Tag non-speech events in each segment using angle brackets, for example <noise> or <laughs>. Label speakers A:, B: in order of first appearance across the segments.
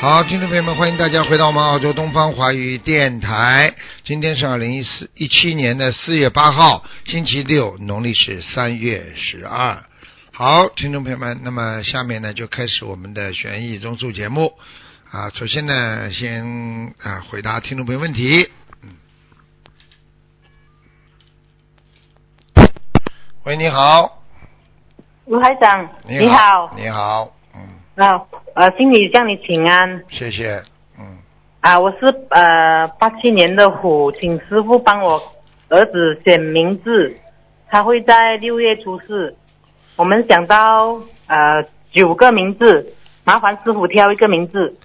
A: 好，听众朋友们，欢迎大家回到我们澳洲东方华语电台。今天是二零一四一七年的四月八号，星期六，农历是三月十二。好，听众朋友们，那么下面呢就开始我们的悬疑综述节目。啊，首先呢，先啊回答听众朋友问题。嗯。嗯喂，你好，
B: 卢台长，
A: 你
B: 好，
A: 你好，嗯，
B: 啊，呃，经理向你请安
A: 谢谢，嗯，
B: 啊，我是呃八七年的虎，请师傅帮我儿子选名字，他会在六月初四。我们想到呃九个名字，麻烦师傅挑一个名字。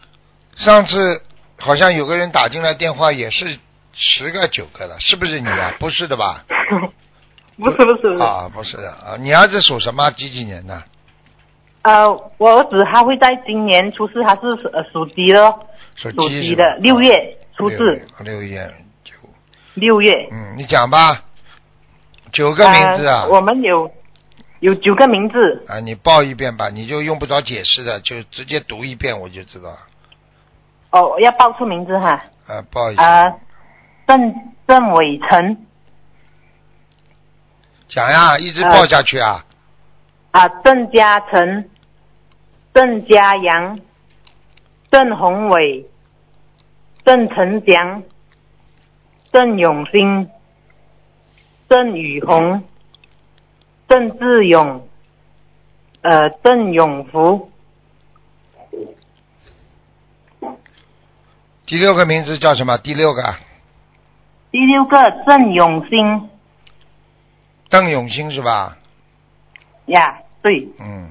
B: <laughs>
A: 上次好像有个人打进来电话，也是十个九个的，是不是你啊？不是的吧？
B: 不是哎不是不是，
A: 啊，不是的啊，你儿子属什么？几几年的？
B: 呃，我儿子他会在今年初四，他是属呃属鸡的哦，
A: 属
B: 属
A: 鸡
B: 鸡
A: 是
B: 的
A: 吧，
B: 六
A: 啊
B: 月初
A: 六
B: 四
A: 月，六月九，
B: 六月。
A: 嗯，你讲吧，九个名字啊
B: 呃，我们有有九个名字。
A: 啊，你报一遍吧，你就用不着解释的，就直接读一遍我就知道了。
B: 哦，要报出名字哈。
A: 啊，报一下，
B: 呃，郑郑伟成
A: 讲呀，一直
B: 呃
A: 报下去啊，
B: 啊、郑嘉诚、郑嘉阳、郑宏伟、郑成祥、郑永兴、郑宇红、郑志勇、呃，郑永福、
A: 第六个名字叫什么？第六个啊
B: 第六个郑永兴
A: 邓永兴是吧？
B: 呀，对，
A: 嗯，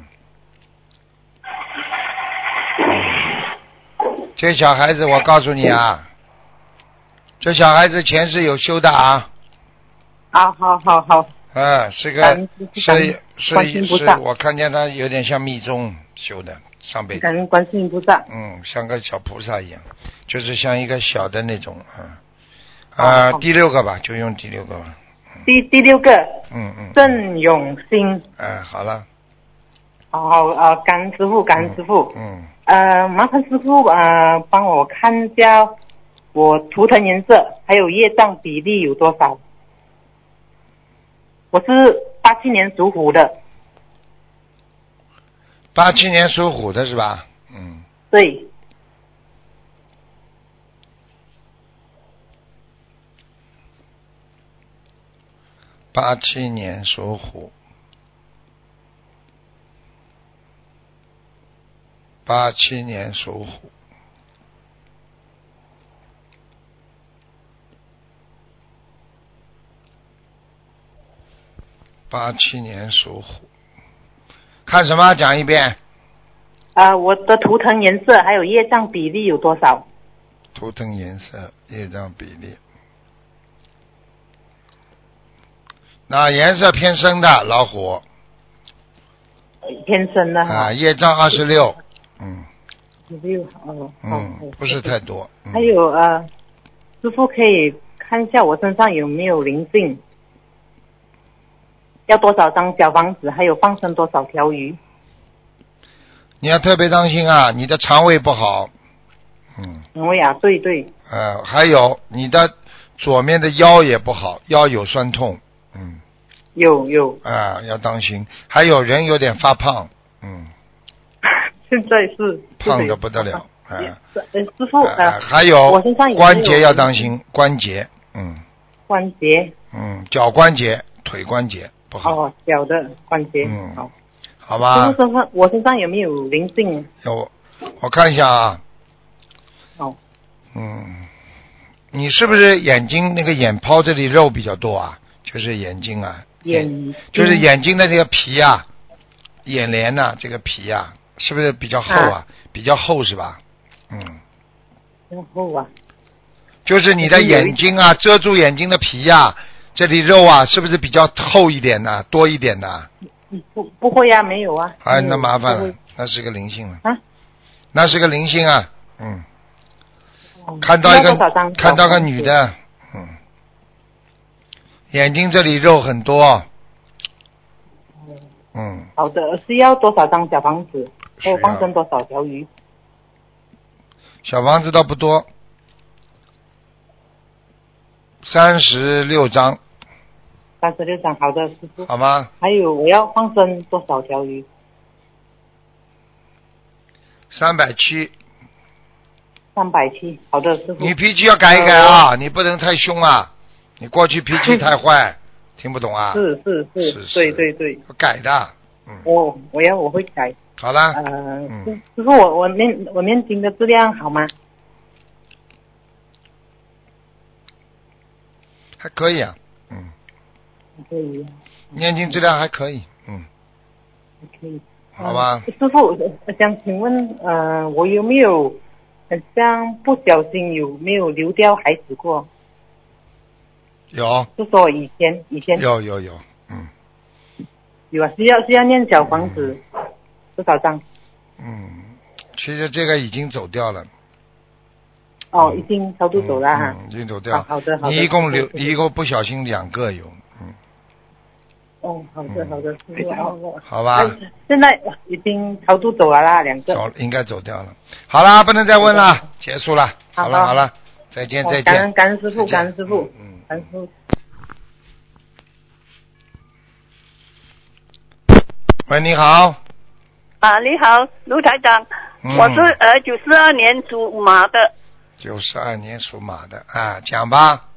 A: 这小孩子，我告诉你啊，这小孩子前世有修的啊，
B: 啊，好好好，
A: 嗯，是个
B: 感恩菩萨
A: 是
B: 观
A: 是
B: 世音菩
A: 是
B: 萨，
A: 我看见他有点像密宗修的，上辈子，
B: 感恩观世音菩萨。
A: 嗯，像个小菩萨一样，就是像一个小的那种，嗯，
B: 哦
A: 啊
B: 好，
A: 第六个吧，就用第六个吧，
B: 第第六个
A: 嗯嗯，嗯，
B: 郑永兴，
A: 哎，好了，
B: 好呃，感恩师傅，感恩师傅，
A: 嗯，
B: 呃，麻烦师傅呃，帮我看一下我图腾颜色还有业障比例有多少？我是八七年属虎的，
A: 八七年属虎的是吧？嗯，
B: 对，
A: 八七年属虎，八七年属虎。八七年属虎，看什么？讲一遍。
B: 呃，我的图腾颜色还有业障比例有多少？
A: 图腾颜色、业障比例。那颜色偏深的老虎，哎
B: 天生的哈
A: 啊，，业障二十六，嗯
B: 有没有？哦，好
A: 嗯，不是太多。嗯
B: 还有呃，师傅可以看一下我身上有没有灵性，要多少张小房子，还有放生多少条鱼？
A: 你要特别当心啊，你的肠胃不好，嗯
B: 因为啊，对对，
A: 呃，还有你的左面的腰也不好，腰有酸痛，嗯
B: 有有， <laughs>
A: 啊、要当心。还有人有点发胖，嗯，
B: 现在是
A: 胖的不得了，啊、
B: 也是呃，师傅
A: 啊
B: 呃，
A: 还有
B: 我身上有没有
A: 关节要当心，关节，嗯
B: 关节
A: 嗯，脚关节、腿关节不好，
B: 哦，小的关节，
A: 嗯啊好
B: 好，师
A: 吧？
B: 傅身上我身上有没有灵性？
A: 有，我看一下啊。
B: 哦。
A: 嗯，你是不是眼睛那个眼泡这里肉比较多啊？就是眼睛啊，
B: 眼
A: 就是眼睛的这个皮啊，眼帘呐、这个皮啊，是不是比较厚啊？比较厚是吧？嗯，
B: 然后啊，
A: 就是你的
B: 就是有一
A: 眼睛啊，遮住眼睛的皮呀、这里肉啊，是不是比较厚一点呐、多一点呐、
B: 嗯不不会呀、没有啊，
A: 哎，
B: 没有
A: 那麻烦
B: 不
A: 了
B: 会，
A: 那是个灵性了。
B: 啊，
A: 那是个灵性啊，嗯，
B: 哦
A: 看到一
B: 要多少
A: 个
B: 张
A: 看到
B: 小
A: 个
B: 房
A: 女
B: 子
A: 的，嗯，眼睛这里肉很多，嗯，
B: 哦好的，需要多少张小房子？还有
A: 需要
B: 放生多少条鱼？
A: 小房子倒不多，三十六张，
B: 三十六张，好的，师傅。
A: 好吗？
B: 还有我要放生多少条鱼？
A: 三百七，
B: 三百七，好的，师傅。
A: 你脾气要改一改啊，你不能太凶啊，你过去脾气太
B: <laughs>
A: 坏，听不懂啊？
B: 是是
A: 是是
B: 对对对，
A: 要改的，嗯，
B: 我我要我会改。
A: 好啦，
B: 呃，
A: 嗯
B: 师师傅，我我念我念经的质量好吗？
A: 还可以啊，嗯，
B: 可以
A: 念经质量还可以，嗯，
B: 可以。
A: 好吧，
B: 嗯师傅，我想请问，呃，我有没有很像不小心有没有流掉孩子过？
A: 有
B: 就说以前以前
A: 有有有，嗯
B: 有啊，需要需要念小房子多少张？
A: 嗯，其实这个已经走掉了，
B: 哦，
A: 嗯
B: 已经超度走了哈。
A: 嗯，已经走掉了
B: 啊，好的好的
A: 你一共留，
B: 谢谢
A: 你一共不小心两个有，嗯，
B: 哦，好的
A: 嗯
B: 好的，师傅哦哦
A: 好吧，
B: 哎现在已经超度走了啦，两个。哦
A: 走应该走掉了，好啦，不能再问了，结束了，好了好
B: 好的
A: 了，再见
B: 哦
A: 再
B: 感恩
A: 见，
B: 感恩师傅，
A: 再见
B: 感恩师傅，
A: 嗯嗯
B: 感恩师傅。
A: 喂，你好，
C: 啊，你好，卢台长，
A: 嗯
C: 我是呃九四二年属马的，
A: 九十二年属马的啊，讲吧，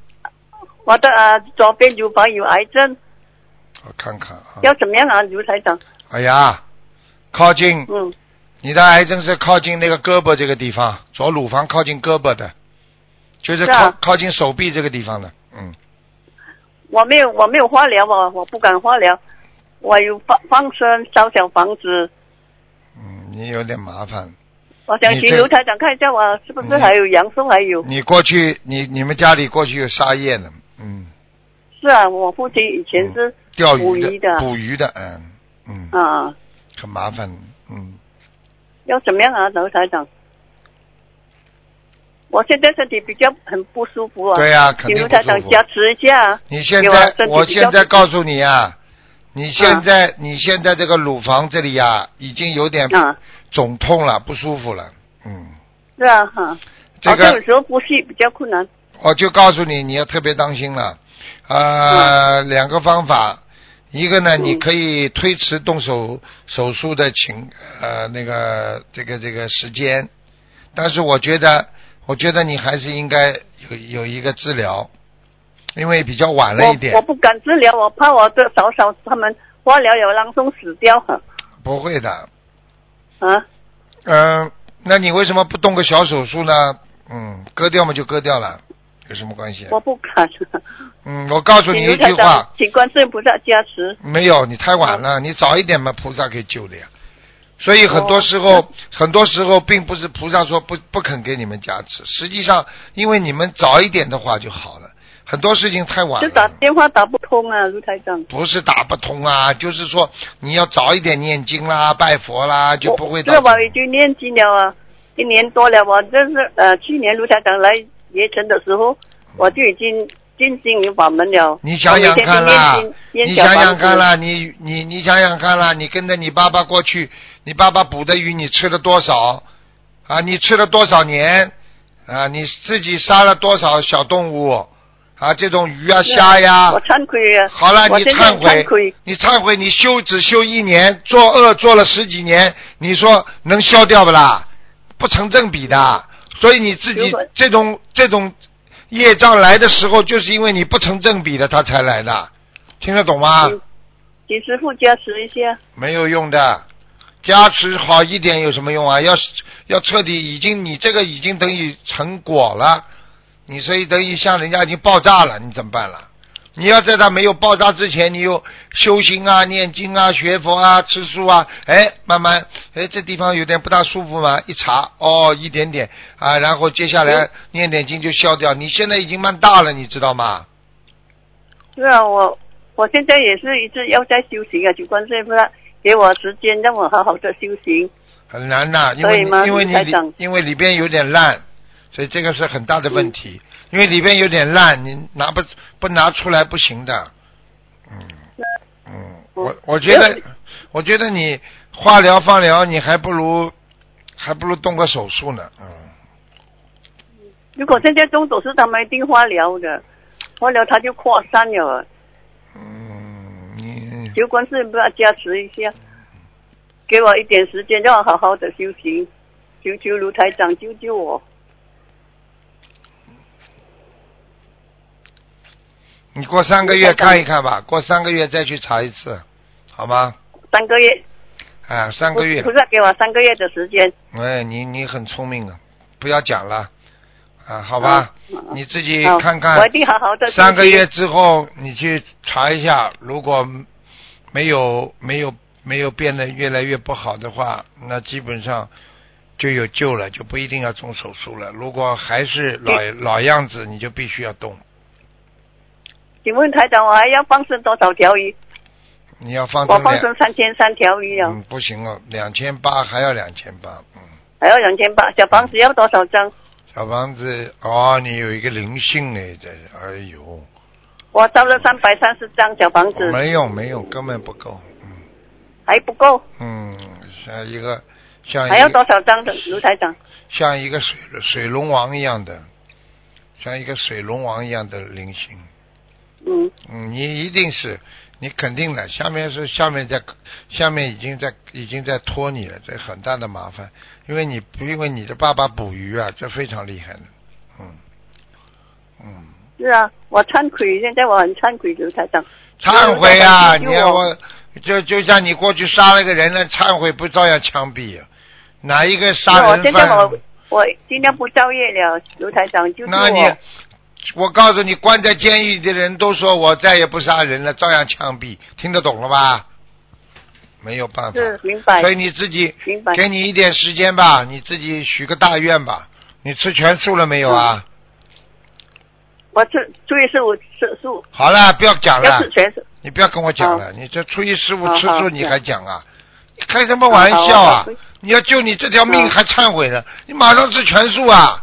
C: 我的呃左边乳房有癌症，
A: 我看看啊，
C: 要怎么样啊，卢台长？
A: 哎呀，靠近
C: 嗯，
A: 你的癌症是靠近那个胳膊这个地方，左乳房靠近胳膊的，就是
C: 是
A: 靠
C: 啊
A: 靠近手臂这个地方的，嗯，
C: 我没有我没有化疗啊，我不敢化疗，我有放放生烧小房子，
A: 嗯，你有点麻烦。
C: 我想
A: 你这
C: 请卢台长看一下我是不是
A: 你
C: 还有阳寿还有？
A: 你过去，你你们家里过去有沙叶的，嗯，
C: 是啊，我父亲以前是
A: 钓
C: 捕
A: 鱼
C: 鱼的
A: 捕鱼的，嗯嗯，
C: 啊，
A: 很麻烦，嗯，
C: 要怎么样啊，卢台长？我现在身体比较很不舒服啊，
A: 对呀、肯
C: 请
A: 定
C: 卢
A: 不
C: 台
A: 舒
C: 长
A: 服。
C: 加持一下啊。
A: 你现
C: 有啊
A: 在
C: 身，体
A: 我
C: 比较
A: 现在告诉你啊，你现在、你现在这个乳房这里呀、已经有点
C: 啊
A: 肿痛了，不舒服了，嗯，
C: 是啊，哈，
A: 这个
C: 好像有时候呼吸比较困难。
A: 我哦就告诉你，你要特别当心了。呃，两个方法，一个呢，
C: 嗯
A: 你可以推迟动手手术的情呃那个这个这个时间，但是我觉得，我觉得你还是应该有有一个治疗，因为比较晚了一点
C: 我我。不敢治疗，我怕我这嫂嫂他们化疗有囊中死掉哈
A: 不会的，
C: 啊！
A: 嗯、那你为什么不动个小手术呢？嗯，割掉嘛就割掉了，有什么关系？
C: 我不敢。
A: 嗯，我告诉你一
C: 请 <laughs> 卢台
A: 句话，
C: 长，请观世音菩萨加持。
A: 没有，你太晚
C: 嗯
A: 了，你早一点嘛，菩萨可以救的呀。所以很多时候，
C: 哦 <laughs>
A: 很多时候并不是菩萨说不不肯给你们加持，实际上因为你们早一点的话就好了。很多事情太晚
C: 就打
A: 了，
C: 电话打不通啊，卢台长。
A: 不是打不通啊，就是说你要早一点念经啦、拜佛啦，就不会
C: 这
A: 到
C: 我已经念经了啊，一年多了。我这是呃，去年卢台长来盐城的时候，我就已经进心灵法门了。
A: 你想想看啦
C: 我每天就念经，念
A: 你
C: 小
A: 想
C: 房子
A: 想看啦，你你你想想看啦，你跟着你爸爸过去，你爸爸捕的鱼你吃了多少啊？你吃了多少年啊？你自己杀了多少小动物啊？这种鱼啊、虾呀、
C: 我忏悔啊！
A: 好了，
C: 我
A: 你
C: 现在
A: 忏
C: 忏悔
A: 悔，你忏悔，你修只修一年，作恶做了十几年，你说能消掉不啦？不成正比的，所以你自
C: 如
A: 己
C: 果
A: 这种这种业障来的时候，就是因为你不成正比的，它才来的，听得懂吗？
C: 嗯请师傅加持一下。
A: 没有用的，加持好一点有什么用啊？要要彻底，已经你这个已经等于成果了，你所以等于像人家已经爆炸了，你怎么办了？你要在它没有爆炸之前，你又修行啊、念经啊、学佛啊、吃素啊，哎，慢慢，哎，这地方有点不大舒服嘛，一查，哦，一点点啊，然后接下来念点经就消掉。你现在已经蛮大了，你知道吗？
C: 是啊，我我现在也是一直要在修行啊，求观世音菩萨给我时间，让我好好的修行。
A: 很难呐、因为
C: 所以吗
A: 你因为你
C: 台
A: 里
C: 长
A: 因为里边有点烂，所以这个是很大的问题。因为里边有点烂，你拿不不拿出来不行的。嗯嗯，我我觉得我觉得你化疗放疗，你还不如还不如动个手术呢。嗯，
C: 如果现在中毒是他们一定化疗的，化疗它就扩散了，
A: 嗯，你
C: 求观世音菩萨加持一下，给我一点时间，让我好好的修行，求求卢台长救救我。
A: 你过三个月看一看吧，过三个月再去查一次，好吗？
C: 三个月，
A: 啊，三个月
C: 菩。萨给我三个月的时间，
A: 哎，你你很聪明啊，不要讲了，啊，好吧，
C: 嗯
A: 你自己
C: 好
A: 看看
C: 我一。定好好的。
A: 三个月，之后你去查一下，如果没有没有没有变得越来越不好的话，那基本上就有救了，就不一定要动手术了。如果还是老老样子，你就必须要动。
C: 请问台长，我还要放生多少条鱼？
A: 你要放
C: 我
A: 生
C: 放
A: 两，
C: 生三千三条鱼啊，
A: 嗯，不行哦，两千八还要两千八，嗯，
C: 还要两千八。小房子要多少张？
A: 小房子哦，你有一个灵性呢，这，哎呦，
C: 我烧了三百三十张小房子，
A: 没有没有，根本不够，嗯
C: 还不够，
A: 嗯，像一个像一
C: 还要多少张的？卢台长，
A: 像一个水水龙王一样的，像一个水龙王一样的灵性。
C: 嗯，
A: 嗯，你一定是，你肯定的。下面是下面在，下面已经在已经在拖你了，这很大的麻烦，因为你因为你的爸爸捕鱼啊，这非常厉害的，嗯嗯，
C: 是啊，我忏悔，现在我很忏悔，卢台长。
A: 忏悔啊！
C: 那我
A: 你
C: 就
A: 看我，就就像你过去杀了个人了，忏悔不照样枪毙、啊？哪一个
C: 那
A: 杀
C: 我
A: 人
C: 现在
A: 犯？
C: 我我尽量不造业了，卢台长救救
A: 那你
C: 我。，
A: 我告诉你，关在监狱的人都说我再也不杀人了，照样枪毙，听得懂了吧？没有办法，
C: 是明白
A: 所以你自己
C: 明白
A: 给你一点时间吧，你自己许个大愿吧。你吃全素了没有
C: 嗯
A: 啊？
C: 我吃初一十五吃素，
A: 好了，不要讲
C: 要
A: 了
C: 吃，全素。
A: 你不要跟我讲了，你这初一十五
C: 好
A: 吃
C: 好
A: 素你
C: 是嗯
A: 还讲啊？你开什么玩笑啊
C: 好好好？
A: 你要救你这条命
C: 嗯
A: 还忏悔呢？你马上吃全素啊？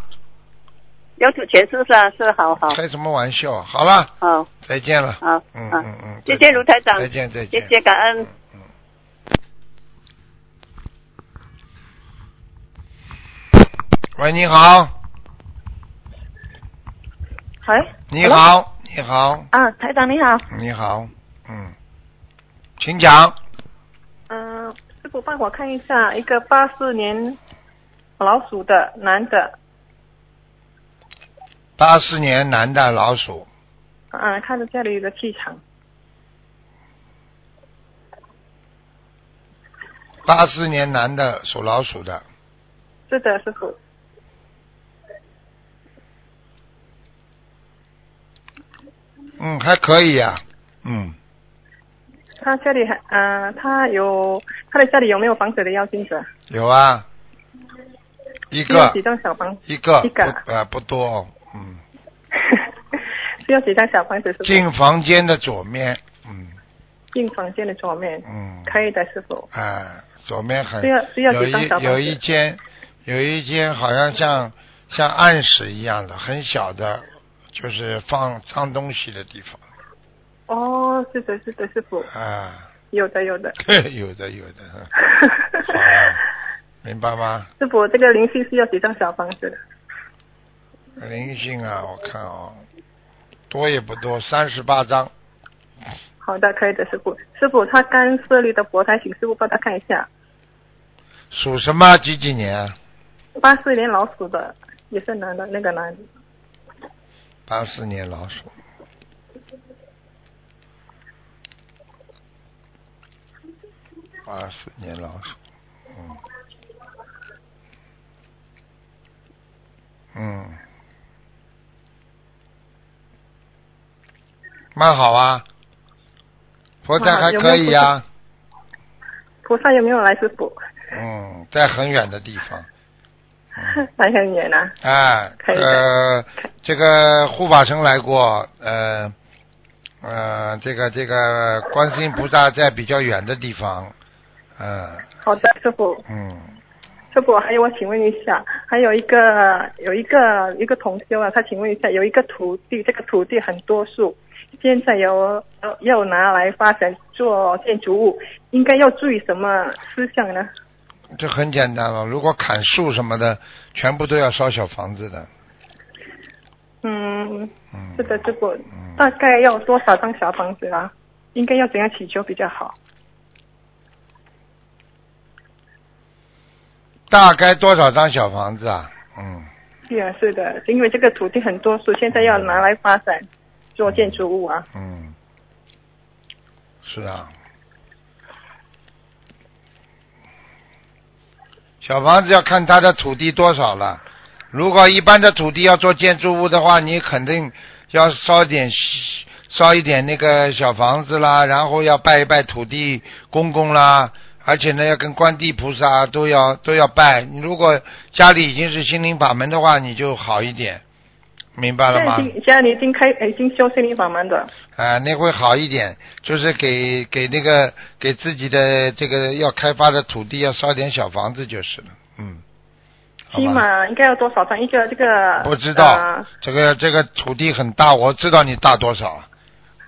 C: 要吃全素是啊，是好好
A: 开什么玩笑啊？好了，
C: 好
A: 再见了。
C: 好，
A: 嗯
C: 好
A: 嗯嗯，再
C: 谢谢
A: 见
C: 卢台长，
A: 再见再
C: 谢
A: 见。
C: 谢感恩。
A: 喂，你好，
D: 喂，
A: 你好，你好，
D: 啊，台长你好，
A: 你好，嗯，请讲。
D: 嗯、师傅帮我看一下一个八四年老鼠的男的，
A: 八四年男的老鼠，
D: 啊，看着家里的气场，
A: 八四年男的属老鼠的，
D: 是的，师傅，
A: 嗯，还可以呀、嗯，
D: 他家里还，啊，他有他的家里有没有房子的要金者？
A: 有啊，一
D: 需要
A: 个
D: 几张小房？
A: 一个
D: 一个
A: 不呃不多哦，嗯，
D: <laughs> 需要几张小房子？师傅
A: 进房间的左面，嗯
D: 进房间的桌面，
A: 嗯，
D: 可以的，师傅。
A: 啊，左面很
D: 需要需要
A: 有
D: 几张
A: 一
D: 小房子
A: 有一间有一间好像像像暗室一样的很小的，就是放脏东西的地方
D: 哦，是的，是的，师傅，
A: 啊， <laughs>
D: 有的，有的。
A: 有的有的，嗯啊明白吗？
D: <laughs> 师傅，这个灵性需要几张小房子的？
A: 灵性啊，我看哦，多也不多，三十八张，
D: 好的，可以的，师傅。师傅，他刚设立的佛台，请师傅帮他看一下。
A: 属什么？几几年？
D: 八四年老鼠的，也是男的，那个男的，
A: 八四年老鼠。八四年老鼠，嗯，嗯，蛮好啊，佛台还可以啊呀、
D: 菩萨有没有来？师傅，
A: 嗯，在很远的地方，
D: <laughs>
A: 嗯
D: 来很远啊。
A: 啊，
D: 可以的
A: 呃，这个护法神来过，呃，呃，这个这个观世音菩萨在比较远的地方，嗯
D: 好的，师傅，
A: 嗯，
D: 师傅，还有我请问一下，还有一个有一个一个同修啊，他请问一下，有一个土地，这个土地很多树，现在有要要拿来发展做建筑物，应该要注意什么思想呢？
A: 这很简单了。如果砍树什么的，全部都要烧小房子的。
D: 嗯，
A: 嗯，
D: 是的，这个
A: 嗯
D: 大概要多少张小房子啊？应该要怎样祈求比较好？
A: 大概多少张小房子啊？嗯，
D: 对啊，是的，因为这个土地很多数，现在要拿来发展做建筑物啊。
A: 嗯，是啊。小房子要看他的土地多少了。如果一般的土地要做建筑物的话，你肯定要烧点烧一点那个小房子啦，然后要拜一拜土地公公啦，而且呢要跟观地菩萨都要都要拜。你如果家里已经是心灵法门的话，你就好一点，明白
D: 现
A: 了吗？
D: 在已经现在已经开已经修心灵法门的，
A: 啊，那会好一点，就是给给那个给自己的这个要开发的土地要烧点小房子就是了，嗯，好
D: 起
A: 吧，
D: 码应该要多少张？一个这个
A: 不知道、
D: 呃
A: 这个这个土地很大，我知道你大多
D: <laughs>，
A: 少，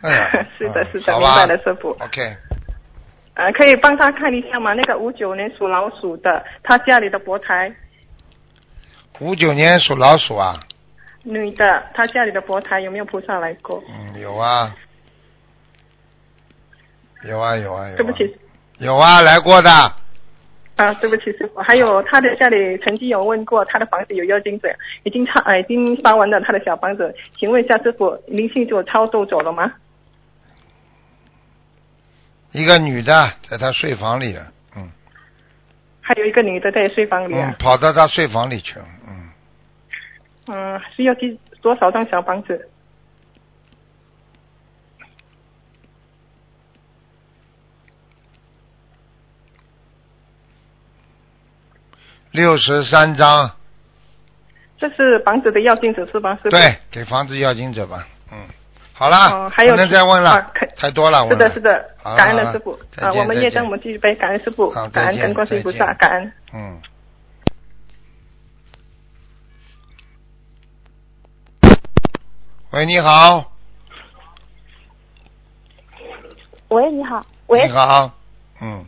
A: 哎呀
D: 是的
A: 嗯
D: 是的
A: 好
D: 明
A: 吧
D: 白了师傅
A: OK，
D: 呃，可以帮他看一下吗？那个五九年属老鼠的，他家里的佛台，
A: 五九年属老鼠啊，
D: 女的，他家里的佛台有没有菩萨来过？
A: 嗯，有啊，有啊有啊有啊，
D: 对不起，
A: 有啊来过的，
D: 啊，对不起师傅。还有他的家里曾经有问过他的房子有妖精者，已经超呃已经烧完了他的小房子，请问一下师傅，灵性就超度走了吗？
A: 一个女的在她睡房里了，嗯
D: 还有一个女的在睡房里
A: 嗯
D: 啊，
A: 跑到她睡房里去了，嗯。
D: 嗯，需要几多少张小房子？
A: 六十三章，
D: 这是房子的妖精者是吧？师傅。
A: 对，给房子要经者吧。嗯，好啦，
D: 哦还有
A: 不能再问了，
D: 啊可
A: 太多了。
D: 是
A: 问
D: 的，
A: 了
D: 是。的
A: 好了，
D: 感恩
A: 好
D: 了
A: 了
D: 师傅
A: 再
D: 啊，
A: 见
D: 我们
A: 再
D: 业障
A: 见
D: 我们继续背，感恩师傅
A: 好，再
D: 感恩
A: 见
D: 跟观世音
A: 再
D: 菩萨，
A: 见
D: 感恩。
A: 嗯。喂，你好，
E: 喂，你好，喂
A: 你，好，嗯，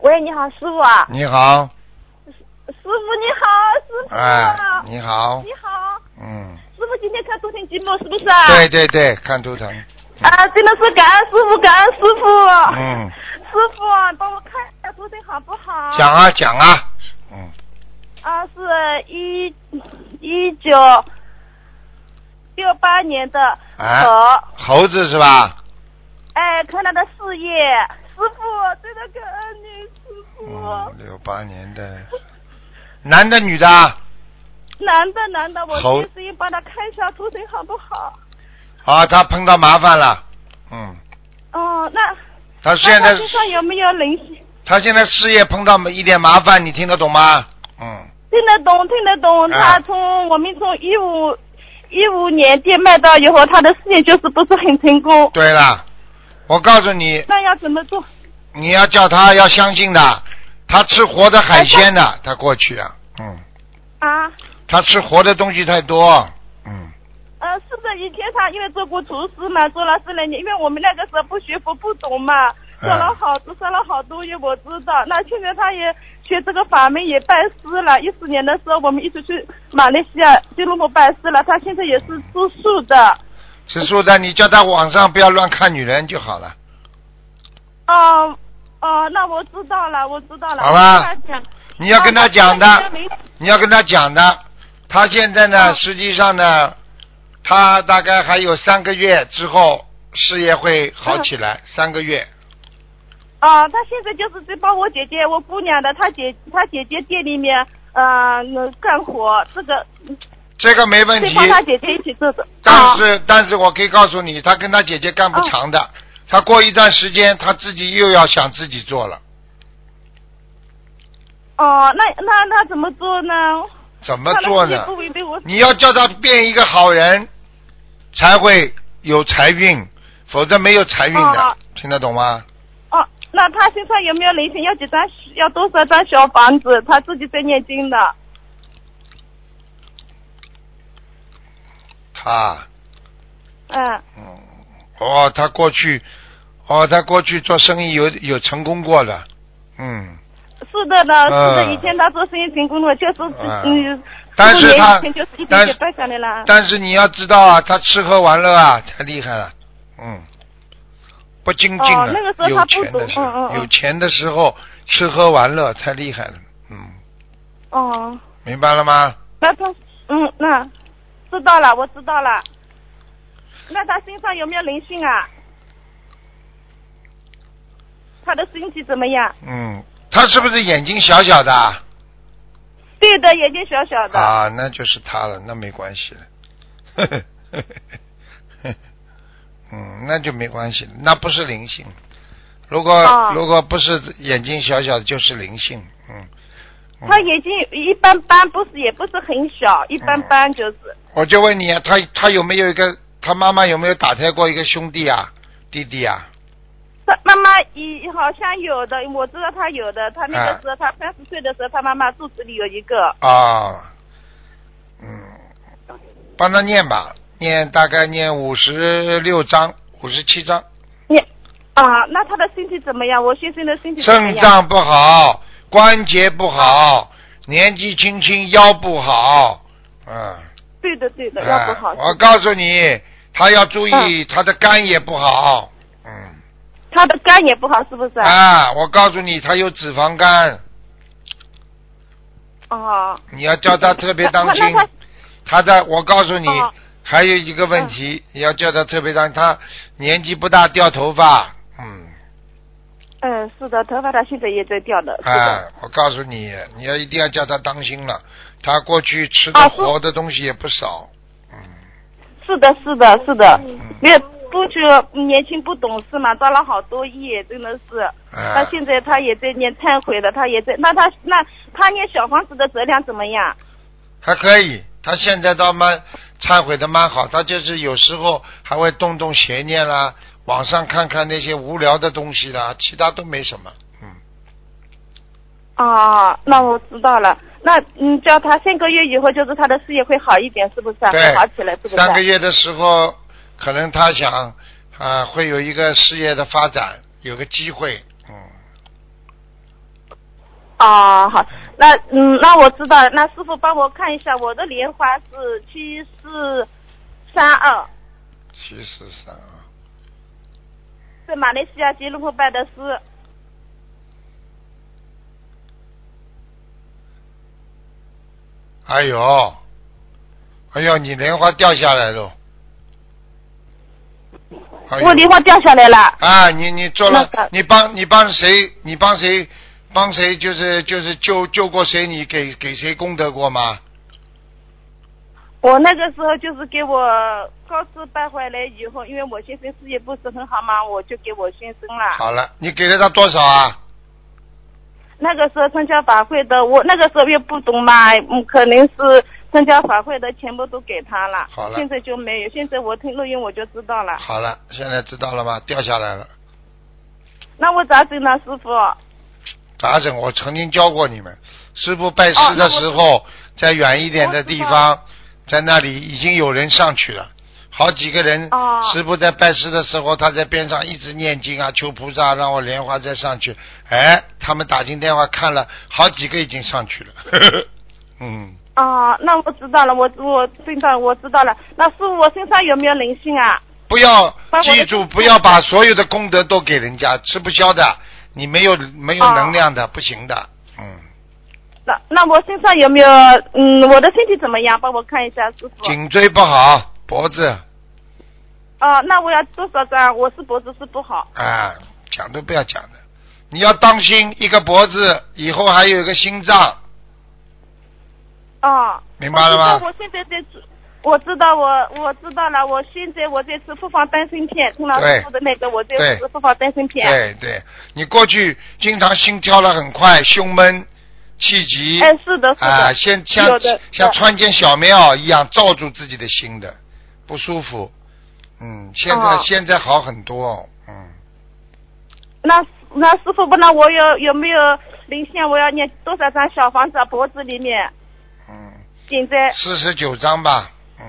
E: 喂，你好，师傅啊，
A: 你好，
E: 师傅你好，师傅、
A: 哎，你好
E: 你，好，
A: 嗯，
E: 师傅今天看图腾节目是不是啊？
A: 对对对，看图腾，
E: 啊，真的是感恩师傅，感恩师傅。
A: 嗯
E: 师傅，帮我看一下图腾好不好？
A: 讲啊讲啊，嗯，
E: 啊，是一一九六八年的猴，
A: 哎猴子是吧？
E: 哎，看他的事业，师傅真的感恩你，师傅。
A: 嗯，六八年的，男的女的？啊
E: 男的，男的，我
A: 猴
E: 第一时间帮他看一下图腾好不好？
A: 啊，他碰到麻烦了，嗯，
E: 哦，那
A: 他
E: 那
A: 现
E: 他
A: 在
E: 身上有没有灵性？
A: 他现在事业碰到一点麻烦，你听得懂吗？嗯，
E: 听得懂，听得懂。
A: 啊
E: 他从我们从一五一五年店卖到以后，他的事业就是不是很成功。
A: 对了，我告诉你，
E: 那要怎么做？
A: 你要叫他要相信的，他吃活的海鲜
E: 哎
A: 的，他过去啊，嗯，
E: 啊，
A: 他吃活的东西太多，嗯，
E: 呃，是的，以前他因为做过厨师嘛，做了十来年，因为我们那个时候不学佛不懂嘛，
A: 啊
E: 做了好多上了好多月，我知道。那现在他也学这个法门，也拜师了。一四年的时候，我们一起去马来西亚吉隆坡拜师了。他现在也是吃素的。
A: 吃素的，你叫他网上不要乱看女人就好了。
E: 哦、哦、那我知道了，我知道了。
A: 好吧
E: 我跟他讲
A: 你要跟他讲的
E: 那他现在没
A: 你要跟他讲的，他现在呢，
E: 嗯
A: 实际上呢，他大概还有三个月之后事业会好起来，三个月，
E: 啊，他现在就是在帮我姐姐，我姑娘的，她姐她姐姐店里面呃干活，这个
A: 这个没问
E: 在
A: 题。
E: 帮她姐姐一起做的。
A: 但
E: 啊、
A: 是，但是我可以告诉你，他跟他姐姐干不长的。他过一段时间，他自己又要想自己做了，
E: 哦，那那那怎么做呢？
A: 怎么
E: 她的
A: 做
E: 事业
A: 呢
E: 不？违背我
A: 你要叫他变一个好人，才会有财运，否则没有财运的。
E: 哦
A: 听得懂吗？
E: 哦，那她身上有没有灵性？要几张？要多少张小房子？她自己在念经的。
A: 他，
E: 嗯，
A: 嗯，哦，他过去，哦，他过去做生意有有成功过的，嗯，
E: 是的呢，是的，
A: 嗯
E: 以前她做生意成功了，就是
A: 嗯
E: 嗯
A: 但是他
E: 以前就是一点
A: 但
E: 点办下来了。
A: 但是你要知道啊，他吃喝玩乐啊，太厉害了，嗯，不精进
E: 哦
A: 了。
E: 那个时候
A: 有
E: 他不
A: 钱的
E: 懂
A: 时候，
E: 嗯嗯嗯
A: 有钱的时候吃喝玩乐太厉害了，嗯，
E: 哦，
A: 明白了吗？
E: 那他嗯，那知道了，我知道了。那他身上有没有灵性啊？他的身体怎么样？
A: 嗯，他是不是眼睛小小的啊？
E: 对的，眼睛小小的。
A: 啊，那就是他了，那没关系了。 <laughs> 呵呵呵呵呵嗯，那就没关系了，那不是灵性。如果、
E: 哦
A: 如果不是眼睛小小的，就是灵性。嗯，嗯
E: 他眼睛一般般，不是也不是很小，一般般就是。
A: 我就问你啊，他他有没有一个他妈妈有没有打胎过一个兄弟啊弟弟啊？
E: 他妈妈一好像有的，我知道他有的。他那个时候，
A: 嗯
E: 他三十岁的时候，他妈妈肚子里有一个。
A: 啊，嗯，帮他念吧，念大概念五十六章、五十七章。
E: 你啊，那他的身体怎么样？我先生的身体怎么
A: 肾
E: 样？
A: 脏不好，关节不好，年纪轻轻腰不好，嗯，
E: 对的，对的，
A: 嗯
E: 要不好。嗯
A: 我告诉你，他要注意，他的肝也不好，嗯，
E: 他的肝也不好，是不是？
A: 啊，我告诉你，他有脂肪肝，
E: 哦，
A: 你要叫他特别当
E: <laughs>
A: 心
E: 啊那那。
A: 他的，我告诉你，
E: 哦嗯
A: 还有一个问题，你要叫他特别当心，他年纪不大掉头发，嗯，
E: 嗯，是的，头发他现在也在掉的，是
A: 啊
E: 的。，
A: 我告诉你，你要一定要叫他当心了，他过去吃的
E: 啊是
A: 活的东西也不少，
E: 是的，是的，是的
A: 嗯，
E: 没有过去年轻不懂事嘛，造了好多业，真的是。
A: 啊。
E: 他现在他也在念忏悔的，他也在。那他那他念小房子的质量怎么样？
A: 还可以，他现在倒蛮忏悔的蛮好，他就是有时候还会动动邪念啦，网上看看那些无聊的东西啦，其他都没什么。嗯，
E: 啊，那我知道了。那嗯，叫他三个月以后，就是他的事业会好一点，是不是啊？
A: 对
E: 会好起来，是不是？
A: 三个月的时候，可能他想啊、会有一个事业的发展，有个机会。嗯，
E: 啊，好，那嗯，那我知道了。那师傅帮我看一下，我的莲花是七四三二，
A: 七十三啊，
E: 是马来西亚吉隆坡办的事。
A: 哎呦，哎呦，你莲花掉下来了。哎呦
E: 我莲花掉下来了。
A: 啊，你你做了
E: 那个，
A: 你帮你帮谁？你帮谁？帮谁？就是就是救救过谁？你给给谁功德过吗？
E: 我那个时候就是给我高速办回来以后，因为我先生事业不是很好嘛，我就给我先生了。
A: 好了，你给了他多少啊？
E: 那个时候参加法会的，我那个时候也不懂嘛，嗯，可能是参加法会的全部都给他了。
A: 好了
E: 现在就没有，现在我听录音我就知道了。
A: 好了，现在知道了吗？掉下来了。
E: 那我咋整呢，师傅？
A: 咋整？我曾经教过你们，师傅拜师的时候，在远一点的地
E: 哦我
A: 方，在那里已经有人上去了，好几个人。
E: 哦
A: 师傅在拜师的时候，他在边上一直念经啊，求菩萨让我莲花再上去。哎，他们打进电话看了，好几个已经上去了。 <laughs> 嗯，
E: 哦，那我知道了，我我知道我知道了。那师傅，我身上有没有灵性啊？
A: 不要
E: 把我的
A: 记住，不要把所有的功德都给人家，吃不消的，你没有没有
E: 哦
A: 能量的，不行的。嗯，
E: 那那我身上有没有嗯，我的身体怎么样？帮我看一下，师傅。
A: 颈椎不好，脖子
E: 哦，那我要多少张？我是脖子是不好。
A: 啊，讲都不要讲的。你要当心一个脖子，以后还有一个心脏，
E: 哦，
A: 明白了
E: 我知道
A: 吗？
E: 我现在在吃，我知道我我知道了，我现在我在吃复方丹参片，听老
A: 对
E: 师傅的那个，我在
A: 对
E: 吃复方丹参片。
A: 对对，你过去经常心跳的很快，胸闷、气急
E: 哎，是的，是的，
A: 啊，像像
E: 有的
A: 像
E: 有
A: 穿件小棉袄一样罩住自己的心的，不舒服。嗯，现在、
E: 哦
A: 现在好很多哦。嗯，
E: 那那师傅，不然我有有没有零线？我要念多少张小房子啊？脖子里面、
A: 嗯，
E: 颈椎
A: 四十九章吧。嗯，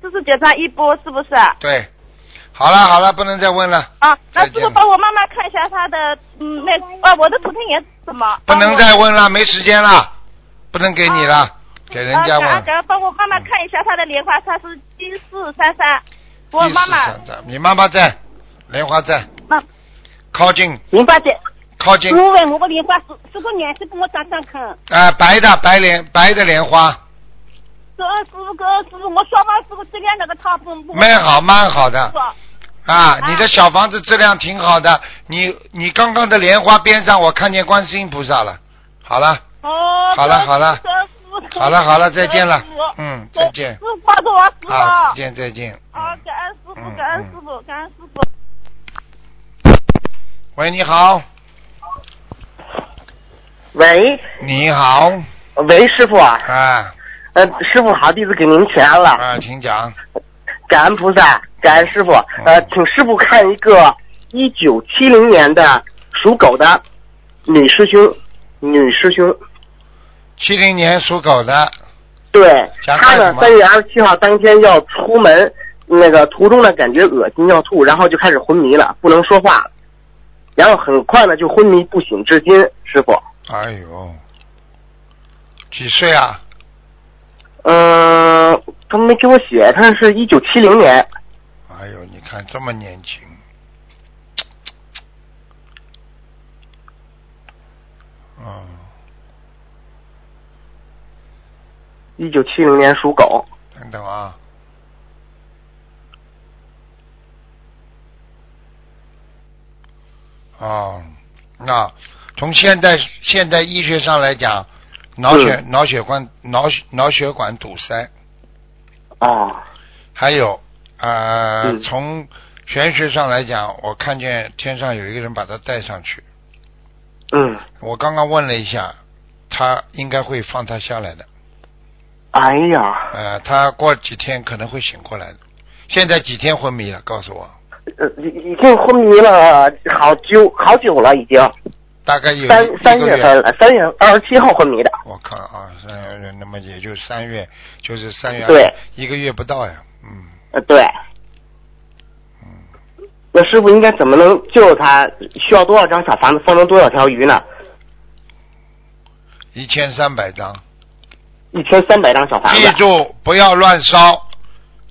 E: 四十九张一波，是不是？
A: 对。好了好了，不能再问了，
E: 啊，那
A: 再见
E: 师傅帮我妈妈看一下她的嗯那啊我的图腾颜色是什么？
A: 不能再
E: 啊
A: 问了，没时间了，不能给你了。给人家
E: 啊，
A: 问。
E: 赶帮我妈妈看一下她的莲花，她是一四三三。我
A: 一
E: 妈
A: 四
E: 妈
A: 三三，你妈妈在，莲花在，
F: 妈，
A: 靠近
F: 莲花姐，
A: 靠近，
E: 嗯
F: 我问我的莲花是是个颜色，给我长长看。
A: 啊、白的白莲白的莲花，
F: 这二十五个二十五，我小房子我质量那个差不
E: 嗯
F: 多。
A: 蛮好蛮好的
F: 是吧
A: 啊，你的小房子质量挺好的，你你刚刚的莲花边上我看见观世音菩萨了，好了，
E: 哦，
A: 好了好了
E: 师
A: 好了好了再见了
E: 师傅
A: 嗯再见
E: 师傅，帮着我，师傅。
A: 好，再见再见。
E: 啊，
F: 哦
E: 感恩师傅，
A: 嗯
E: 感恩
A: 嗯
E: 师傅，感恩师傅。
A: 喂，你好，
G: 喂，
A: 你好，
G: 喂，师傅啊，
A: 啊
G: 呃，师傅好，弟子给您请安了，
A: 啊，请讲，
G: 感恩菩萨，感恩师傅，
A: 嗯
G: 呃，请师傅看一个一九七零年的属狗的女师兄，女师兄，
A: 七零年属狗的，
G: 对，
A: 想
G: 她
A: 看什
G: 呢
A: 么
G: 三月二十七号当天要出门，那个途中呢感觉恶心要吐，然后就开始昏迷了，不能说话了，然后很快呢就昏迷不醒至今，师傅，
A: 哎呦，几岁啊？
G: 嗯、他没给我写，他是一九七零年，
A: 哎呦，你看这么年轻，嗯，
G: 一九七零年属狗。
A: 等等啊，哦，那从现代现代医学上来讲，脑血、脑血管脑血脑血管堵塞，
G: 哦，
A: 还有呃，
G: 嗯
A: 从玄学上来讲，我看见天上有一个人把他带上去，
G: 嗯，
A: 我刚刚问了一下，他应该会放他下来的，
G: 哎呀，
A: 呃，他过几天可能会醒过来的，现在几天昏迷了，告诉我。
G: 呃，已已经昏迷了好久好久了，已经
A: 大概有
G: 三
A: 一
G: 三
A: 一个
G: 月份了，三月二十七号昏迷的。
A: 我看啊，三月，那么也就三月，就是三月，
G: 对，
A: 一个月不到呀，嗯，
G: 呃，对。那师傅应该怎么能救他？需要多少张小房子，放成多少条鱼呢？
A: 一千三百张，
G: 一千三百张小房子
A: 记。住不要乱烧，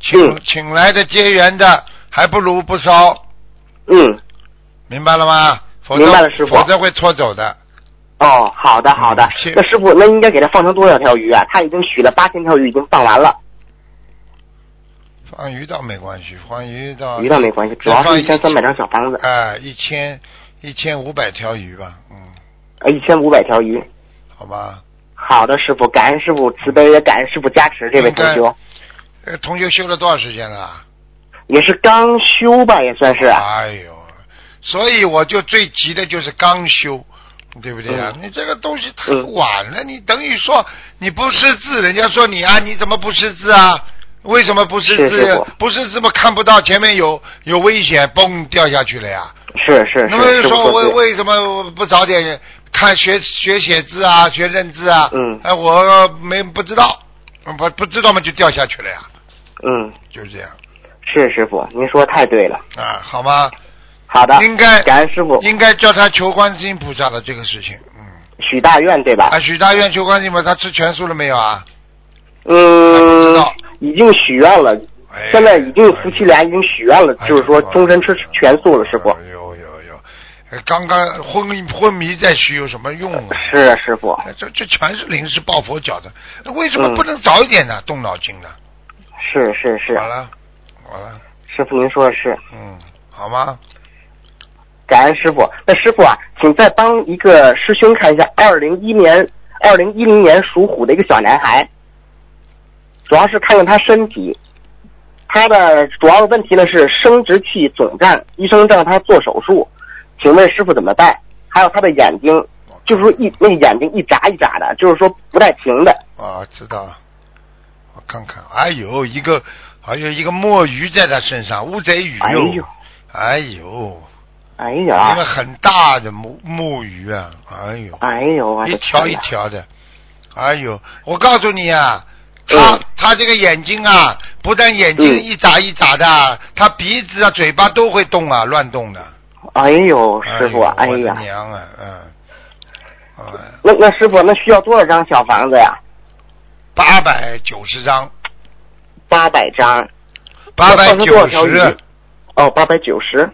A: 请、
G: 嗯
A: 请来的结缘的，还不如不烧，
G: 嗯，
A: 明白了吗？否则
G: 明白了师傅
A: 否则会拖走的。
G: 哦，好的好的
A: 嗯是。
G: 那师傅，那应该给他放成多少条鱼啊？他已经许了八千条鱼，已经放完了，
A: 放鱼倒没关系，放鱼倒
G: 鱼倒没关系，主要是一千三百张小房子，
A: 啊哎，一千一千五百条鱼吧，嗯，
G: 呃，一千五百条鱼。
A: 好吧。
G: 好的，师傅，感恩师傅慈悲，也感恩师傅加持这位同
A: 应
G: 修
A: 该。呃，同学修了多少时间了啊？
G: 也是刚修吧，也算是。啊
A: 哎呦，所以我就最急的就是刚修，对不对啊？
G: 嗯
A: 你这个东西太晚了，你等于说你不识字，人家说你啊，你怎么不识字啊？为什么不识
G: 是
A: 字
G: 师傅？
A: 不识字嘛，看不到前面有有危险，嘣掉下去了呀。
G: 是是，
A: 那么就是
G: 师
A: 说
G: 傅说
A: 为
G: 对。
A: 为什么不早点看学学写字啊，学认字啊？
G: 嗯
A: 哎，我没不知道，不不知道嘛就掉下去了呀，
G: 嗯，
A: 就是这样
G: 是师傅，您说太对了。
A: 啊，好吗？
G: 好的，
A: 应该
G: 感恩师傅
A: 应该叫他求观世音菩萨的这个事情，嗯，
G: 许大愿对吧
A: 啊，？许大愿求观世音菩萨，他吃全素了没有啊？还哎不知
G: 嗯
A: 道，
G: 已经许愿了，
A: 哎
G: 现在已经夫妻俩已经许愿了，
A: 哎呦
G: 就是说终身吃全素了，师傅。
A: 有有有，哎刚刚昏昏迷再许有什么用啊？
G: 是师傅，
A: 哎，这这全是临时抱佛脚的，为什
G: 嗯
A: 么不能早一点呢？动脑筋呢？
G: 是是是，
A: 好了，好了，
G: 师傅您说的是。
A: 嗯，好吗？
G: 感恩师傅。那师傅啊，请再帮一个师兄看一下，二零一年，二零一零年属虎的一个小男孩，主要是看看他身体，他的主要的问题呢是生殖器肿胀，医生让他做手术，请问师傅怎么办？还有他的眼睛，就是说一那个眼睛一眨一眨的，就是说不带停的。
A: 啊，知道了，我看看，哎呦，一个，还有一个墨鱼在他身上，乌贼鱼
G: 哎
A: 哟
G: 呦，
A: 哎呦，
G: 哎
A: 一个
G: 呀，
A: 很大的木木鱼啊，哎呦，
G: 哎呦，我的
A: 一条
G: 天
A: 一
G: 哪
A: 条的，哎呦，我告诉你啊，他、
G: 嗯
A: 他这个眼睛啊，不但眼睛
G: 嗯
A: 一眨一眨的，他鼻子啊、嘴巴都会动啊，乱动的。
G: 哎呦，师傅，
A: 哎
G: 哎
A: 呦我的
G: 呀，
A: 娘啊，嗯，哎，
G: 那那师傅，那需要多少张小房子呀？
A: 八百九十张，
G: 八百张，
A: 八百
G: 放生多
A: 九
G: 少条鱼
A: 十
G: 哦，八百九十，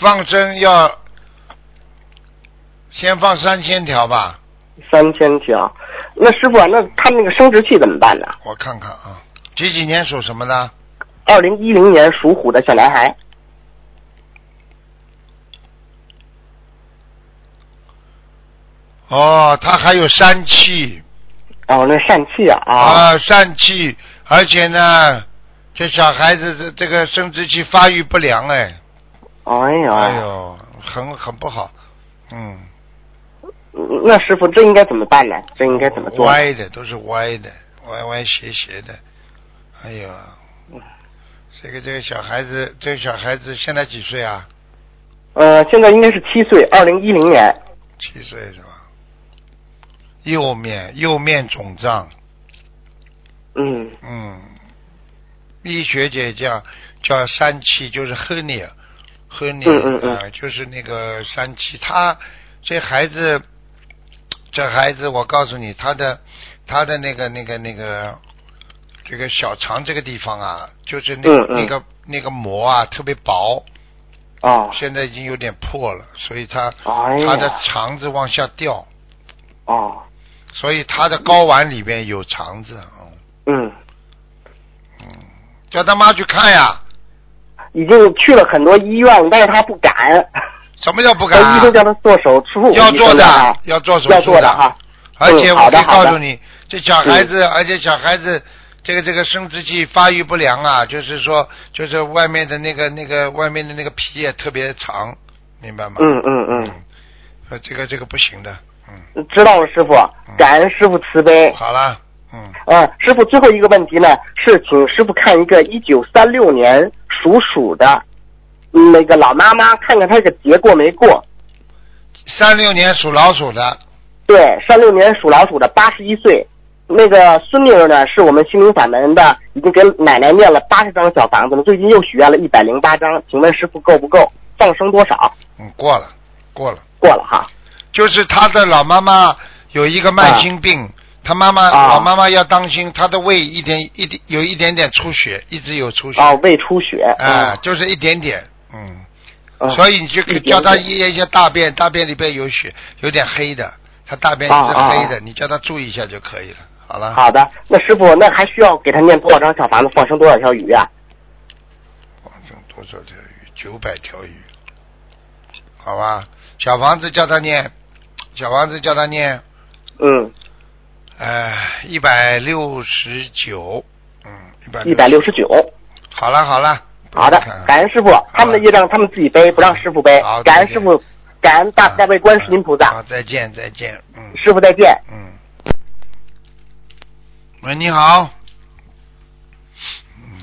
A: 放生要先放三千条吧，
G: 三千条。那师傅啊，那他们那个生殖器怎么办呢？
A: 我看看啊，几几年属什么的？
G: 二零一零年属虎的小男孩，
A: 哦，他还有疝气
G: 哦，那疝气啊啊，
A: 啊，疝气，而且呢，这小孩子这这个生殖器发育不良哎，
G: 哎呀，
A: 哎呦，很很不好，嗯，
G: 嗯那师傅这应该怎么办呢？这应该怎么做？
A: 歪的都是歪的，歪歪斜斜的，哎呦，这个这个小孩子，这个小孩子现在几岁啊？
G: 呃，现在应该是七岁，二零一零年，
A: 七岁是吧？右面右面肿胀，
G: 嗯，
A: 嗯，医学界叫叫疝气，就是 hernia，hernia，
G: 嗯嗯嗯
A: 啊就是那个疝气。他这孩子，这孩子，我告诉你，他的他的那个那个那个这个小肠这个地方啊，就是那个
G: 嗯嗯
A: 那个那个膜啊特别薄，
G: 哦，
A: 现在已经有点破了，所以他
G: 哎呀，
A: 他的肠子往下掉，
G: 哦，
A: 所以他的睾丸里面有肠子，嗯
G: 嗯，
A: 嗯，叫他妈去看呀。
G: 已经去了很多医院，但是他不敢，
A: 什么叫不敢、啊
G: 呃医生叫他做手术，
A: 要做
G: 医生
A: 的
G: 叫他，
A: 要做手术
G: 啊要做的哈，
A: 而且
G: 嗯
A: 我
G: 好
A: 可
G: 的
A: 以告
G: 好
A: 诉
G: 的
A: 你，这小孩子，而且小孩子这个这个生殖器发育不良啊，就是说，就是外面的那个那个外面的那个皮也特别长，明白吗？
G: 嗯嗯嗯
A: 呃，这个这个不行的，嗯，
G: 嗯，知道了，师傅，感恩师傅慈悲。
A: 好啦，嗯，
G: 呃，师傅最后一个问题呢，是请师傅看一个一九三六年属鼠的嗯那个老妈妈，看看她这个结过没过。
A: 三六年属老鼠的，
G: 对，三六年属老鼠的，八十一岁。那个孙女儿呢，是我们心灵法门的，已经给奶奶念了八十张小房子了，最近又许愿了一百零八张，请问师傅够不够？放生多少？
A: 嗯，过了，过了，
G: 过了哈。
A: 就是他的老妈妈有一个慢性病。他妈妈，
G: 啊
A: 老妈妈要当心，她的胃一点一点有一点点出血，一直有出血。
G: 哦，胃出血。
A: 啊，就是一点点，嗯，
G: 嗯，
A: 所以你就
G: 哦一点点
A: 叫他验一下大便，大便里边有血，有点黑的，他大便是
G: 啊
A: 黑
G: 啊
A: 的，你叫他注意一下就可以了。好了，
G: 好的，那师傅，那还需要给他念多少张小房子，放生多少条鱼啊？
A: 放生多少条鱼？九百条鱼，好吧。小房子叫他念，小房子叫他念，
G: 嗯，
A: 呃，一百六十九，嗯，一百
G: 一百。六十九。
A: 好了好了，
G: 好的
A: 看看，
G: 感恩师傅，他们的业障他们自己背，不让师傅背
A: 嗯好。
G: 感
A: 再
G: 恩
A: 见嗯
G: 师傅，感恩大大悲观世音菩萨
A: 啊好，。再见再见，嗯。
G: 师傅再见。
A: 嗯。喂，你好。嗯，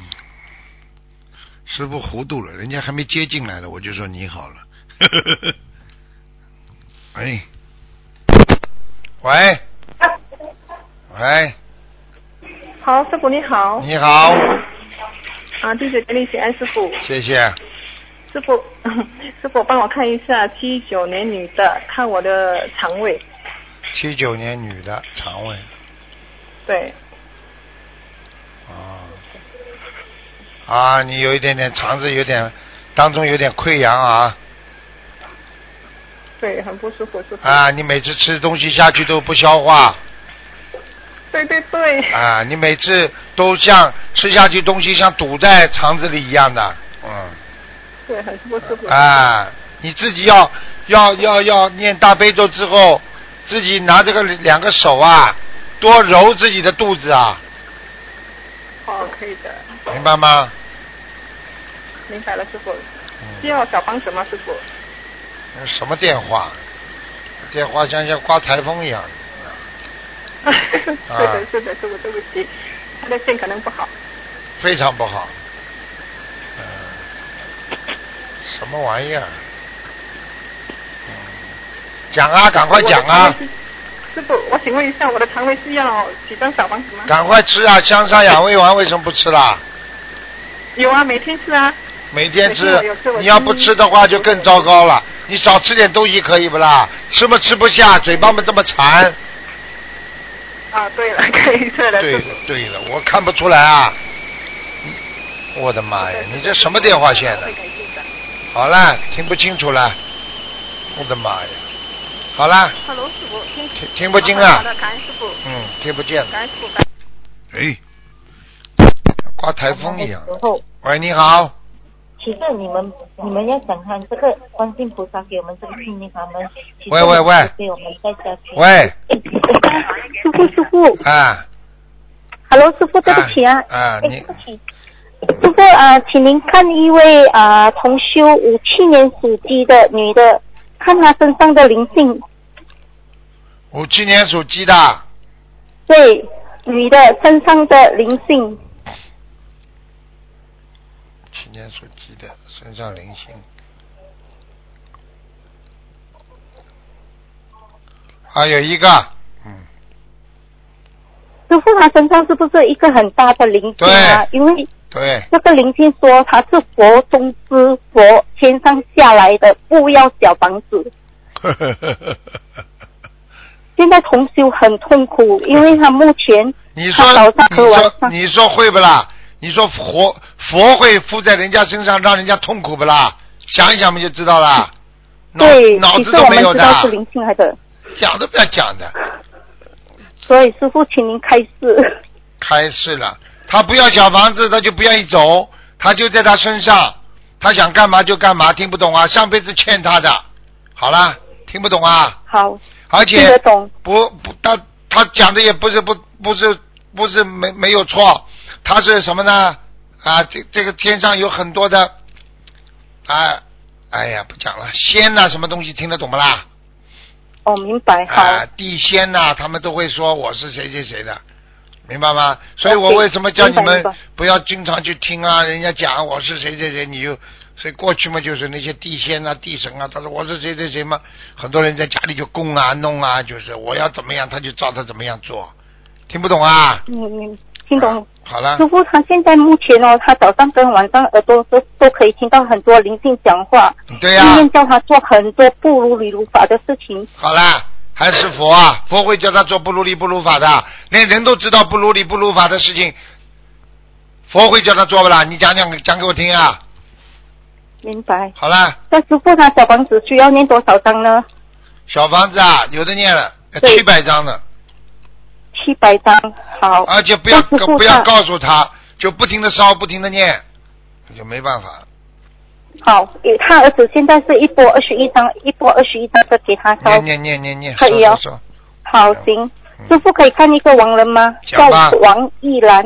A: 师傅糊涂了，人家还没接进来呢，我就说你好了。 <laughs> 喂，喂，喂，
D: 好，师傅你好，
A: 你好，
D: 啊，弟子给你请安，师傅，
A: 谢谢。
D: 师傅， <laughs> 师傅帮我看一下七九年女的，看我的肠胃，
A: 七九年女的，肠胃
D: 对，
A: 啊啊，你有一点点肠子有点当中有点溃疡啊
D: 对，很不舒服，师傅，
A: 啊，你每次吃东西下去都不消化。
D: 对对对，
A: 啊，你每次都像吃下去东西像堵在肠子里一样的，嗯，
D: 对，很不舒服，
A: 啊，你自己要要要要念大悲咒之后，自己拿这个两个手啊，多揉自己的肚子啊，
D: 哦，可以的，
A: 明白吗？
D: 明白了，师傅，
A: 嗯，
D: 需要小帮手吗，师傅？
A: 什么电话？电话像像刮台风一样，啊
D: <laughs> 是的，是的，师傅，对不起，他的线可能不好，
A: 非常不好。嗯，什么玩意儿？嗯，讲啊，赶快讲啊！
D: 师傅，我请问一下，我的肠胃需要几张小房子 <laughs> 吗？
A: 赶快吃啊！香砂养胃丸为什么不吃啦？
D: 有啊，每天吃啊。
A: 每天吃
D: 每天我有吃，我
A: 你要不吃的话
D: 吃
A: 就更糟糕了。你少吃点东西可以不啦？吃嘛吃不下，嘴巴嘛这么馋，
D: 啊、
H: 啊，对了，黑色的。
A: 对了对了，我看不出来啊！我的妈哎呀，你这什么电话线呢
H: 会？改进的。
A: 好啦，听不清楚了。我的妈呀！好啦，
H: Hello，师傅，听
A: 听听不清
H: 好
A: 啊
H: 的，，感恩师傅，
A: 嗯，听不见了。
H: 感恩师傅，
A: 哎，刮台风一样。
I: 时候，
A: 喂，你好。
I: 其实你们你们要想看这个观世音菩萨给我们这个心灵法门，其实
A: 喂喂喂
I: 给我们在家庭
A: 喂，
F: 师傅师傅
A: 啊，
F: ，Hello，师傅，对不
A: 啊
F: 起啊，
A: 啊，
F: 哎
A: 你
F: 对不起，师傅啊，请您看一位啊同修五七年属鸡的女哎的，看她身上的灵性，
A: 五七年属鸡的，
F: 对，女的身上的灵性，
A: 七年属鸡的，身上灵性。啊，有一个，嗯，
F: 师傅她身上是不是一个很大的灵性啊？因为
A: 对，
F: 这个灵性说他是佛中之佛天上下来的，不要小房子。现在同修很痛苦，因为他目前
A: 你
F: 他
A: 说
F: 早上
A: 你
F: 和晚
A: 说
F: 上
A: 你说会不啦？你说佛佛会附在人家身上，让人家痛苦不啦？想一想不就知道啦？脑
F: 对，
A: 脑
F: 其
A: 子
F: 实
A: 都
F: 我
A: 没
F: 们
A: 有
F: 知
A: 的
F: 道，是灵性来的，
A: 讲都不要讲的，
F: 所以师傅，请您开示。 <laughs>
A: 开始了。他不要小房子，他就不愿意走，他就在他身上，他想干嘛就干嘛，听不懂啊？上辈子欠他的，好啦，听不懂啊？
F: 好，
A: 而
F: 听得
A: 且
F: 懂，
A: 不不，他他讲的也不是不不是不是没没有错，他是什么呢？啊，这这个天上有很多的，啊，哎呀，不讲了，仙呐、什么东西听得懂不啦？
F: 哦，明白，好，
A: 啊，地仙呐、他们都会说我是谁谁谁的，明白吗？所以我
F: OK，
A: 为什么叫你
F: 明白
A: 们
F: 明白
A: 不要经常去听啊？人家讲我是谁谁谁，你就所以过去嘛，就是那些地仙啊、地神啊，他说我是谁谁谁嘛，很多人在家里就供啊、弄啊，就是我要怎么样，他就照他怎么样做，听不懂啊？
F: 嗯，嗯听懂。
A: 啊好了
F: 师，傅，他现在目前哦，他早上跟晚上耳朵都都可以听到很多灵性讲话，
A: 嗯对
F: 意
A: 呀、
F: 念叫他做很多不如理如法的事情。
A: 好啦，还是佛啊，佛会叫他做不如理不如法的，连人都知道不如理不如法的事情，佛会叫他做不啦？你讲讲讲给我听啊！
F: 明白。
A: 好啦，
F: 那师傅，他小房子需要念多少张呢？
A: 小房子啊，有的念了，
F: 对
A: 七百张的，
F: 七百张。好。
A: 而且啊不要
F: 那师傅
A: 不要
F: 他
A: 告诉他，就不停的烧，不停的念，就没办法。
F: 好，也他儿子现在是一波二十一张，一波二十一张的给他烧。
A: 念念念念念，
F: 可以
A: 说
F: 哦
A: 说说
F: 好，行。
A: 嗯
F: 师傅可以看一个王人吗？
A: 讲
F: 叫
A: 吧
F: 王一兰，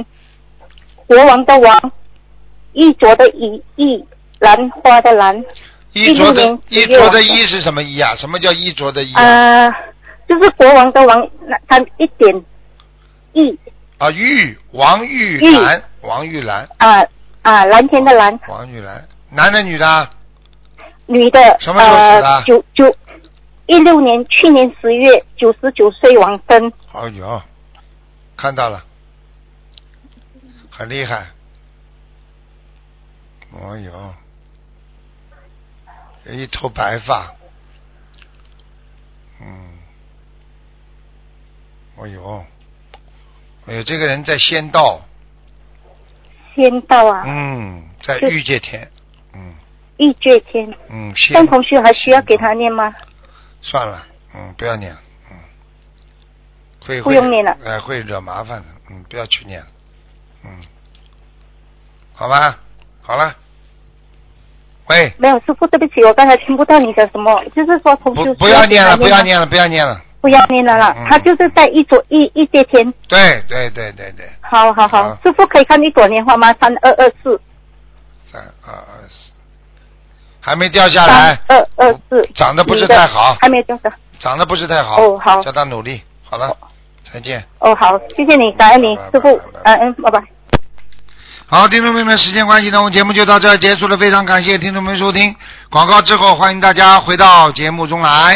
F: 国王的王，衣着的衣，衣兰花的兰。
A: 衣着的
F: 一六年
A: 衣
F: 十六
A: 着的
F: 晚
A: 衣
F: 上
A: 是什么衣啊？什么叫衣着的衣啊？
F: 呃，就是国王的王，那他一点一
A: 啊，玉王玉
F: 玉
A: 兰，王玉兰，
F: 啊啊，蓝天的蓝，
A: 王玉兰，男的女的啊？
F: 女的，
A: 什么时候死的
F: 呃，九九一六年，去年十月九十九岁往生。
A: 哎呦，看到了，很厉害。哎呦，有一头白发，嗯，哎呦，哎呦，这个人在仙道，
F: 仙道啊，
A: 嗯，在
F: 是
A: 欲界天，嗯
F: 玉界天。
A: 嗯，仙
F: 但同学还需要给他念吗？
A: 算了，嗯，不要念了，嗯，会
F: 不用念了
A: 哎、会惹麻烦的，嗯，不要去念了，嗯，好吧，好了，喂，
F: 没有，师傅，对不起，我刚才听不到你讲什么。就是说，同
A: 不
F: 修
A: 不要
F: 需给
A: 念
F: 他
A: 了，不要
F: 吗，
A: 念了，不要念了，
F: 不要念了啦。
A: 嗯
F: 他就是在一左一一界天。
A: 对对对对对，
F: 好好好
A: 好，
F: 师傅可以看一朵莲花吗？三二二四，
A: 三二二四，还没掉下
F: 三
A: 来，
F: 二二四。
A: 长得不是
F: 女的
A: 太好
F: 还没有多少。
A: 长得不是太好，
F: 哦好
A: 叫他努力，好了，再见。
F: 哦，好，谢谢你，感恩你
A: 拜拜，
F: 师傅
A: 拜拜，
F: 感恩，拜拜。
A: 好，听众朋友们，时间关系呢，我们节目就到这儿结束了。非常感谢听众朋友收听，广告之后，欢迎大家回到节目中来。